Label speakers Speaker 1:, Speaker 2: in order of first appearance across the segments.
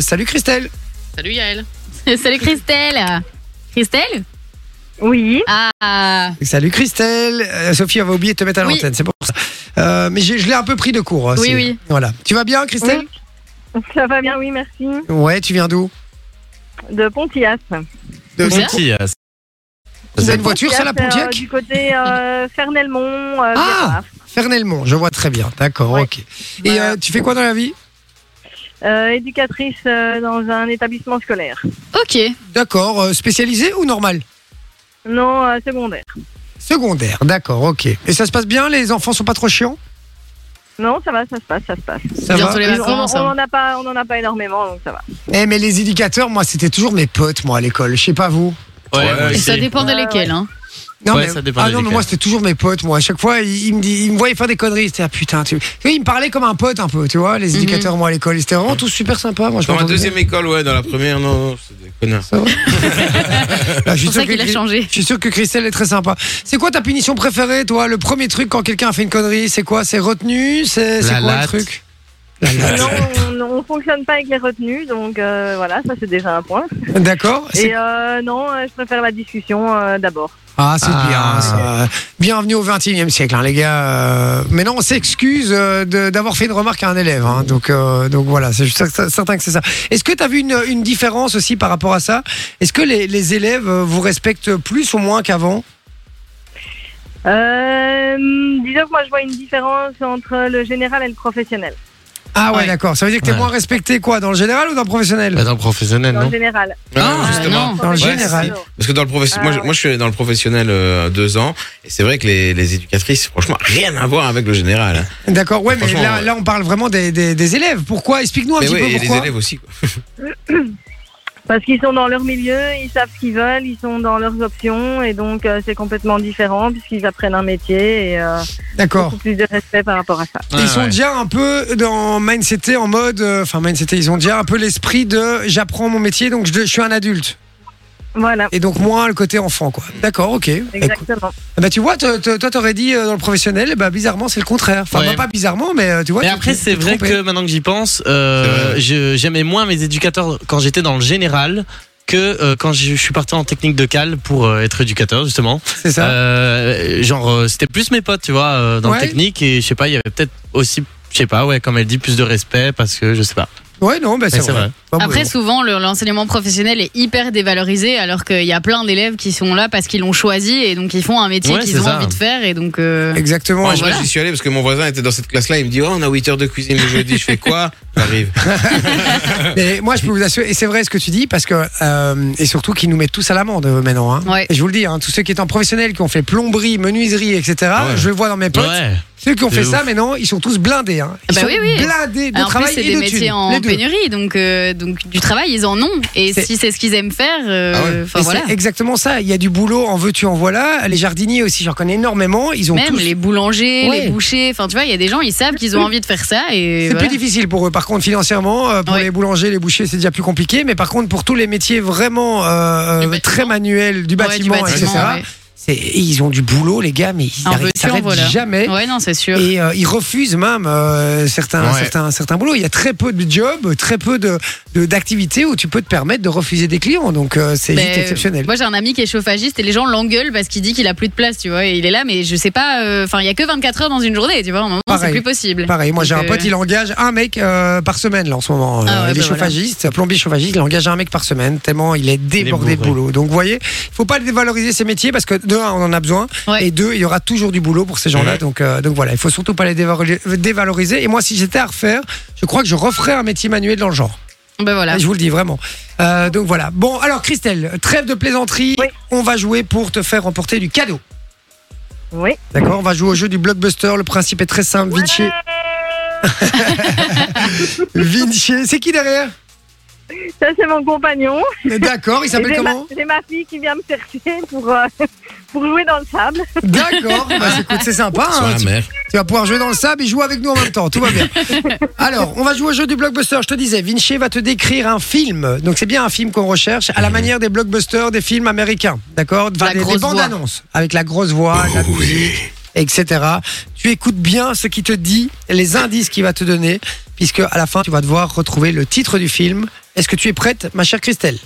Speaker 1: Salut Christelle
Speaker 2: Salut Yael.
Speaker 3: Salut Christelle. Christelle
Speaker 4: Oui.
Speaker 3: Ah,
Speaker 1: Salut Christelle Euh, Sophie avait oublié de te mettre à
Speaker 3: Oui.
Speaker 1: l'antenne, c'est pour ça. Euh, mais j'ai- je l'ai un peu pris de court.
Speaker 3: Oui,
Speaker 1: c'est-
Speaker 3: oui.
Speaker 1: Voilà. Tu vas bien Christelle
Speaker 4: Ça va bien, oui, merci.
Speaker 1: Ouais, tu viens d'où
Speaker 4: De Pontiac.
Speaker 1: De
Speaker 3: Bien.
Speaker 5: Pontiac.
Speaker 1: Vous avez une voiture, c'est la
Speaker 4: Pontiac, euh,
Speaker 1: Pontiac
Speaker 4: Du côté euh, Fernelmont. euh,
Speaker 1: Ah
Speaker 4: Virard.
Speaker 1: Fernelmont, je vois très bien. D'accord,
Speaker 4: Ouais.
Speaker 1: ok. Et
Speaker 4: Voilà.
Speaker 1: euh, tu fais quoi dans la vie
Speaker 4: Euh, éducatrice euh, dans un établissement scolaire.
Speaker 3: ok.
Speaker 1: D'accord, euh, spécialisé ou normal
Speaker 4: Non, euh, secondaire.
Speaker 1: Secondaire, d'accord, ok. Et ça se passe bien Les enfants sont pas trop chiants
Speaker 4: Non, ça va, ça se passe, ça se passe.
Speaker 1: Ça
Speaker 3: Bientôt
Speaker 1: va
Speaker 3: les
Speaker 4: On
Speaker 3: vacances. hein.
Speaker 4: n'en a pas, on en a pas énormément, donc ça va.
Speaker 1: Eh mais les éducateurs, moi c'était toujours mes potes moi à l'école, je sais pas vous.
Speaker 5: Ouais,
Speaker 1: Ouais,
Speaker 5: ouais,
Speaker 3: Et ça
Speaker 5: c'est-
Speaker 3: dépend de
Speaker 4: Ouais,
Speaker 3: lesquels. Hein.
Speaker 1: Non, mais,
Speaker 5: Ouais, ça dépend
Speaker 1: ah
Speaker 5: des
Speaker 1: non mais
Speaker 5: écoles.
Speaker 1: moi c'était toujours mes potes moi. À chaque fois ils, ils me dis- ils me voyaient faire des conneries, c'était ah putain tu... tu vois, ils me parlaient comme un pote un peu, tu vois, les
Speaker 3: Mhm.
Speaker 1: éducateurs moi à l'école, ils étaient vraiment tous super sympas. Moi je
Speaker 5: Dans la
Speaker 1: m'entendais
Speaker 5: deuxième école, ouais, dans la première, non, non, c'est des connards.
Speaker 1: bien. Là, Bah, je
Speaker 3: C'est
Speaker 1: suis
Speaker 3: pour
Speaker 1: sûr
Speaker 3: ça
Speaker 1: que
Speaker 3: qu'il a
Speaker 1: Chris-
Speaker 3: changé.
Speaker 1: Je suis sûr que Christelle est très sympa. C'est quoi ta punition préférée, toi Le premier truc quand quelqu'un a fait une connerie, c'est quoi C'est retenu C'est c'est quoi
Speaker 5: La
Speaker 1: le
Speaker 5: latte.
Speaker 1: truc La latte.
Speaker 4: Non, on- on, fonctionne pas avec les retenues, donc euh, voilà, ça c'est déjà un point.
Speaker 1: D'accord c'est-
Speaker 4: Et euh, non, euh, je préfère la discussion euh, d'abord.
Speaker 1: Ah, c'est
Speaker 5: Ah.
Speaker 1: bien ça. Bienvenue au 21e siècle, hein, les gars. Euh, Mais non, on s'excuse euh, de- d'avoir fait une remarque à un élève. hein. Donc, euh, donc voilà, c'est juste ça- certain que c'est ça. Est-ce que tu as vu une, une différence aussi par rapport à ça Est-ce que les, les élèves euh, vous respectent plus ou moins qu'avant
Speaker 4: Euh, disons que moi je vois une différence entre le général et le professionnel.
Speaker 1: Ah ouais,
Speaker 3: Ouais.
Speaker 1: d'accord. Ça veut dire que tu es
Speaker 5: Ouais.
Speaker 1: moins respecté quoi Dans le général ou dans le professionnel
Speaker 5: Bah, dans le professionnel,
Speaker 4: Dans le
Speaker 5: non
Speaker 4: général.
Speaker 5: Ah,
Speaker 3: Ah,
Speaker 5: justement.
Speaker 3: non.
Speaker 1: Dans le
Speaker 5: Ouais,
Speaker 1: général.
Speaker 5: Parce que dans le professionnel, moi, je-
Speaker 4: Ah,
Speaker 5: moi, je suis allé dans le professionnel euh, deux ans, et c'est vrai que les, les éducatrices, franchement, rien à voir avec le général. hein.
Speaker 1: D'accord, ouais, mais
Speaker 5: Franchement,
Speaker 1: là,
Speaker 5: ouais.
Speaker 1: là, on parle vraiment des, des- des élèves. Pourquoi Explique-nous un
Speaker 5: Mais
Speaker 1: petit
Speaker 5: ouais,
Speaker 1: peu
Speaker 5: et les
Speaker 1: pourquoi.
Speaker 5: élèves aussi. quoi.
Speaker 4: Parce qu'ils sont dans leur milieu, ils savent ce qu'ils veulent, ils sont dans leurs options et donc euh, c'est complètement différent puisqu'ils apprennent un métier et euh,
Speaker 1: D'accord.
Speaker 4: beaucoup plus de respect par rapport à ça.
Speaker 5: Ouais,
Speaker 1: ils sont
Speaker 5: ouais.
Speaker 1: déjà un peu dans Mindset en mode. euh, Enfin, Mindset, ils ont déjà un peu l'esprit de j'apprends mon métier, donc je, je suis un adulte.
Speaker 4: Voilà,
Speaker 1: Et donc moins le côté enfant, quoi. D'accord, ok. Écoute.
Speaker 4: exactement.
Speaker 1: Ah Bah, tu vois, te- te- toi, t'aurais dit euh, dans le professionnel, bah, bizarrement, c'est le contraire. Enfin,
Speaker 6: Ouais.
Speaker 1: bah, pas bizarrement, mais euh, tu vois.
Speaker 6: Mais
Speaker 1: tu-
Speaker 6: après,
Speaker 1: tu-
Speaker 6: c'est
Speaker 1: tu
Speaker 6: vrai
Speaker 1: trompais.
Speaker 6: que maintenant que j'y pense, euh, je- j'aimais moins mes éducateurs quand j'étais dans le général que euh, quand je je suis parti en technique de cale pour euh, être éducateur justement.
Speaker 1: C'est ça.
Speaker 6: Euh, genre, euh, c'était plus mes potes, tu vois, euh, dans
Speaker 1: Ouais.
Speaker 6: le technique et je sais pas, il y avait peut-être aussi, je sais pas, ouais, comme elle dit, plus de respect parce que je sais pas.
Speaker 1: Ouais, non, bah, c'est
Speaker 6: Mais c'est
Speaker 1: vrai.
Speaker 6: vrai.
Speaker 1: Bah,
Speaker 3: Après,
Speaker 1: bon.
Speaker 3: souvent, le- l'enseignement professionnel est hyper dévalorisé, alors qu'il y a plein d'élèves qui sont là parce qu'ils l'ont choisi et donc ils font un métier
Speaker 6: Ouais,
Speaker 3: qu'ils
Speaker 6: c'est
Speaker 3: ont
Speaker 6: ça.
Speaker 3: envie de faire. Et donc, euh,
Speaker 1: Exactement.
Speaker 5: Moi,
Speaker 1: je-
Speaker 5: j'y suis allé parce que mon voisin était dans cette classe-là, il me dit, oh, on a 8 heures de cuisine le jeudi, je fais quoi J'arrive.
Speaker 1: Mais moi, je peux vous assurer, et c'est vrai ce que tu dis, parce que, euh, et surtout qu'ils nous mettent tous à l'amende euh, maintenant. Hein.
Speaker 3: Ouais.
Speaker 1: Et je vous le dis, hein, tous ceux qui étaient en professionnel, qui ont fait plomberie, menuiserie, etc.,
Speaker 5: Ouais.
Speaker 1: je le vois dans mes potes,
Speaker 6: Ouais.
Speaker 1: ceux qui ont
Speaker 6: De
Speaker 1: fait
Speaker 6: ouf.
Speaker 1: ça maintenant, ils sont tous blindés. Hein. Ils
Speaker 3: Bah
Speaker 1: sont
Speaker 3: oui, oui.
Speaker 1: blindés de
Speaker 3: en plus,
Speaker 1: travail
Speaker 3: c'est
Speaker 1: et
Speaker 3: des
Speaker 1: de
Speaker 3: métiers
Speaker 1: thunes,
Speaker 3: en
Speaker 1: les deux.
Speaker 3: pénurie, donc, euh, donc du travail, ils en ont. Et
Speaker 1: C'est-
Speaker 3: si c'est ce qu'ils aiment faire,
Speaker 5: Ah ouais.
Speaker 3: euh, enfin
Speaker 1: Et
Speaker 3: voilà.
Speaker 1: C'est exactement ça. Il y a du boulot, en veux-tu, en voilà. Les jardiniers aussi, j'en connais énormément. Ils ont
Speaker 3: Même
Speaker 1: tous.
Speaker 3: les boulangers,
Speaker 1: Ouais.
Speaker 3: les bouchers, enfin tu vois, il y a des gens, ils savent qu'ils ont envie de faire ça. Et
Speaker 1: C'est
Speaker 3: voilà.
Speaker 1: plus difficile pour eux. Par contre, financièrement, euh, pour
Speaker 3: Ouais.
Speaker 1: les boulangers, les bouchers, c'est déjà plus compliqué. Mais par contre, pour tous les métiers vraiment euh,
Speaker 3: Du
Speaker 1: euh,
Speaker 3: bâtiment.
Speaker 1: très manuels, du
Speaker 3: Ouais, du
Speaker 1: bâtiment, etc.,
Speaker 3: bâtiment, ouais.
Speaker 1: c'est- ils ont du boulot, les gars, mais ils
Speaker 3: En
Speaker 1: n'arrêtent-
Speaker 3: veux-tu, en
Speaker 1: s'arrêtent
Speaker 3: voilà.
Speaker 1: jamais.
Speaker 3: Ouais, non, c'est sûr.
Speaker 1: Et euh, ils refusent même euh, certains,
Speaker 5: Ouais.
Speaker 1: certains, certains boulots. Il y a très peu de jobs, très peu de- de- d'activités où tu peux te permettre de refuser des clients. Donc euh, c'est
Speaker 3: Ben,
Speaker 1: juste exceptionnel.
Speaker 3: Moi, j'ai un ami qui est chauffagiste et les gens l'engueulent parce qu'il dit qu'il a plus de place, tu vois. Et il est là, mais je sais pas. euh, Enfin, il y a que 24 heures dans une journée, tu vois. À un moment, c'est
Speaker 1: Pareil.
Speaker 3: plus possible.
Speaker 1: Pareil, moi j'ai un
Speaker 3: Donc,
Speaker 1: pote,
Speaker 3: euh,
Speaker 1: il engage un mec euh, par semaine là en ce moment. Euh,
Speaker 3: Ah ouais,
Speaker 1: il est
Speaker 3: bah voilà.
Speaker 1: chauffagiste, plombier chauffagiste, il engage un mec par semaine tellement il est débordé
Speaker 6: bourré.
Speaker 1: de boulot. Donc vous voyez, faut pas dévaloriser ces métiers parce que de un, on en a besoin
Speaker 3: Ouais.
Speaker 1: et deux, il y aura toujours du boulot pour ces gens-là. Donc, euh, donc voilà, il faut surtout pas les dévalori- dévaloriser. Et moi, si j'étais à refaire, je crois que je referais un métier manuel dans le genre.
Speaker 3: Ben voilà.
Speaker 1: Ah, Je vous le dis vraiment. Euh, donc voilà. Bon, alors Christelle, trêve de plaisanterie.
Speaker 4: Oui.
Speaker 1: On va jouer pour te faire remporter du cadeau.
Speaker 4: Oui.
Speaker 1: D'accord On va jouer au jeu du blockbuster. Le principe est très simple. Vinci. Vinci. C'est qui derrière
Speaker 4: Ça c'est mon compagnon.
Speaker 1: D'accord, il s'appelle
Speaker 4: J'ai ma,
Speaker 1: comment
Speaker 4: j'ai ma fille qui vient me chercher pour, euh, pour jouer dans le sable.
Speaker 1: D'accord, bah, écoute, c'est sympa.
Speaker 5: Sur
Speaker 1: hein.
Speaker 5: la
Speaker 1: Tu,
Speaker 5: mer.
Speaker 1: tu vas pouvoir jouer dans le sable et jouer avec nous en même temps, tout va bien. Alors, on va jouer au jeu du blockbuster. Je te disais, Vinci va te décrire un film. Donc, c'est bien un film qu'on recherche à la manière des blockbusters des films américains. D'accord Enfin,
Speaker 3: La
Speaker 1: Des, des
Speaker 3: grosse voix.
Speaker 1: bandes annonces avec la grosse voix, la musique, etc. Tu écoutes bien ce qu'il te dit, les indices qu'il va te donner, puisque à la fin, tu vas devoir retrouver le titre du film Est-ce que tu es prête, ma chère Christelle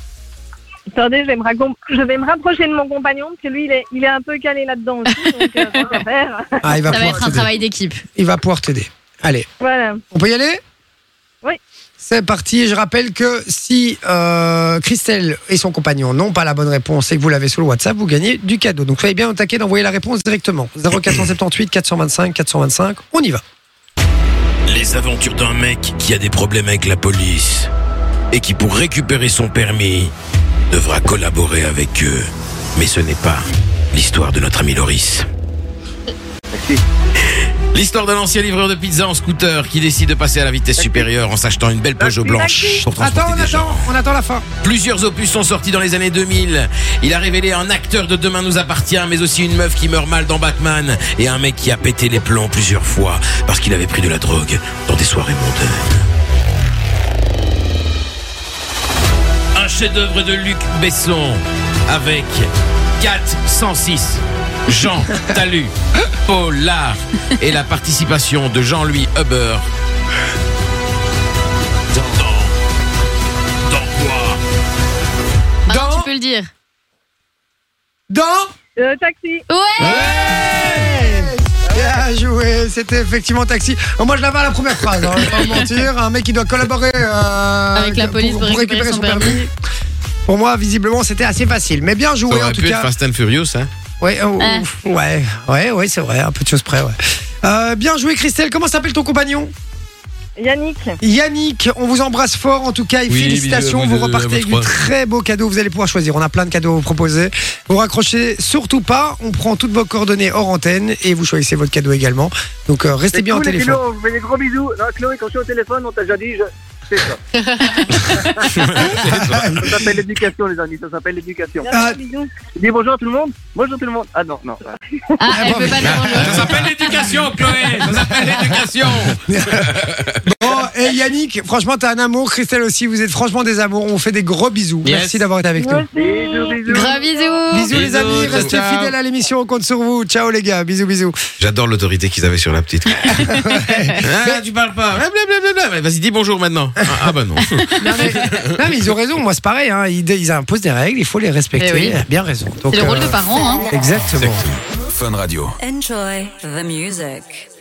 Speaker 4: Attendez, je vais, me racom- je vais me rapprocher de mon compagnon parce que lui, il est, il est un peu calé là-dedans aussi. donc, euh, tant qu'à faire.
Speaker 1: Ah, il va
Speaker 3: Ça va
Speaker 1: pouvoir
Speaker 3: être un
Speaker 1: t'aider.
Speaker 3: travail d'équipe.
Speaker 1: Il va pouvoir t'aider. Allez,
Speaker 4: Voilà.
Speaker 1: on peut y aller
Speaker 4: Oui.
Speaker 1: C'est parti. Je rappelle que si euh, Christelle et son compagnon n'ont pas la bonne réponse et que vous l'avez sur le WhatsApp, vous gagnez du cadeau. Donc soyez bien au taquet d'envoyer la réponse directement. 0478 425 425. On y va.
Speaker 2: Les aventures d'un mec qui a des problèmes avec la police et qui pour récupérer son permis devra collaborer avec eux. Mais ce n'est pas l'histoire de notre ami Loris.
Speaker 5: L'histoire d'un ancien livreur de pizza en scooter qui décide de passer à la vitesse supérieure en s'achetant une belle Peugeot blanche pour transporter
Speaker 1: Attends, on
Speaker 5: des gens.
Speaker 1: attend, on attend la fin.
Speaker 5: Plusieurs opus sont sortis dans les années 2000. Il a révélé un acteur de Demain nous appartient, mais aussi une meuf qui meurt mal dans Batman et un mec qui a pété les plombs plusieurs fois parce qu'il avait pris de la drogue dans des soirées mondaines. Un chef-d'œuvre de Luc Besson avec 406 Jean Talu, Paul Lard et la participation de Jean-Louis Huber
Speaker 2: Dans quoi
Speaker 3: Maintenant,
Speaker 1: Dans-
Speaker 3: tu peux le dire.
Speaker 1: Dans.
Speaker 4: Euh, taxi.
Speaker 3: Ouais
Speaker 1: Bien joué, c'était effectivement Taxi. Oh, moi je l'avais à la première phrase, hein, je vais pas vous mentir. Un mec qui doit collaborer euh,
Speaker 3: Avec la police pour récupérer son permis.
Speaker 1: Pour moi, visiblement, c'était assez facile. Mais bien joué
Speaker 5: Ça aurait
Speaker 1: en tout
Speaker 5: pu
Speaker 1: cas.
Speaker 5: être Fast and Furious, hein.
Speaker 1: Ouais, oh,
Speaker 3: Ouais.
Speaker 1: ouf, ouais, ouais, ouais, c'est vrai, un peu de choses près. Ouais. Euh, bien joué Christelle, comment s'appelle ton compagnon
Speaker 4: Yannick.
Speaker 1: Yannick, on vous embrasse fort en tout cas et
Speaker 2: Oui,
Speaker 1: félicitations,
Speaker 2: bisous à vous
Speaker 1: vous
Speaker 2: deux, à
Speaker 1: repartez
Speaker 2: vous
Speaker 1: avec du
Speaker 2: trois.
Speaker 1: très beau cadeau, vous allez pouvoir choisir, on a plein de cadeaux à vous proposer. Vous raccrochez surtout pas, on prend toutes vos coordonnées hors antenne et vous choisissez votre cadeau également. Donc euh, restez bien au
Speaker 7: cool, les
Speaker 1: téléphone.
Speaker 7: Philo, on vous fait des gros bisous. Non, Chloé, quand je suis au téléphone, on t'a déjà dit, je... c'est ça. ça s'appelle l'éducation, les amis, ça s'appelle l'éducation.
Speaker 1: Ah.
Speaker 4: Bisous.
Speaker 7: Dis bonjour à tout le monde. Bonjour tout le monde. Ah non, non.
Speaker 3: Ah, elle
Speaker 1: bon,
Speaker 3: peut pas
Speaker 1: mais-
Speaker 3: dire bonjour.
Speaker 5: Ça s'appelle l'éducation, Chloé Ça s'appelle l'éducation
Speaker 1: Oh, et Yannick, franchement, t'as un amour. Christelle aussi, vous êtes franchement des amours. On fait des gros bisous.
Speaker 6: Yes.
Speaker 1: Merci d'avoir été avec nous.
Speaker 7: Bisous, bisous.
Speaker 3: Gros bisous.
Speaker 1: Bisous, les
Speaker 5: Bisous,
Speaker 1: amis,
Speaker 5: ciao,
Speaker 1: restez
Speaker 5: ciao.
Speaker 1: fidèles à l'émission, on compte sur vous. Ciao les gars, bisous bisous.
Speaker 5: J'adore l'autorité qu'ils avaient sur la petite. ah, tu parles pas. Ah, blablabla. Mais Vas-y, dis bonjour maintenant. Ah, ah bah non.
Speaker 1: Non mais, non, mais ils ont raison, moi c'est pareil, hein. ils, ils imposent des règles, il faut les respecter.
Speaker 3: Eh oui.
Speaker 1: Bien raison. Donc,
Speaker 3: C'est le rôle
Speaker 1: euh,
Speaker 3: de parent, hein.
Speaker 1: Exactement.
Speaker 2: Fun Radio.
Speaker 8: Enjoy the music.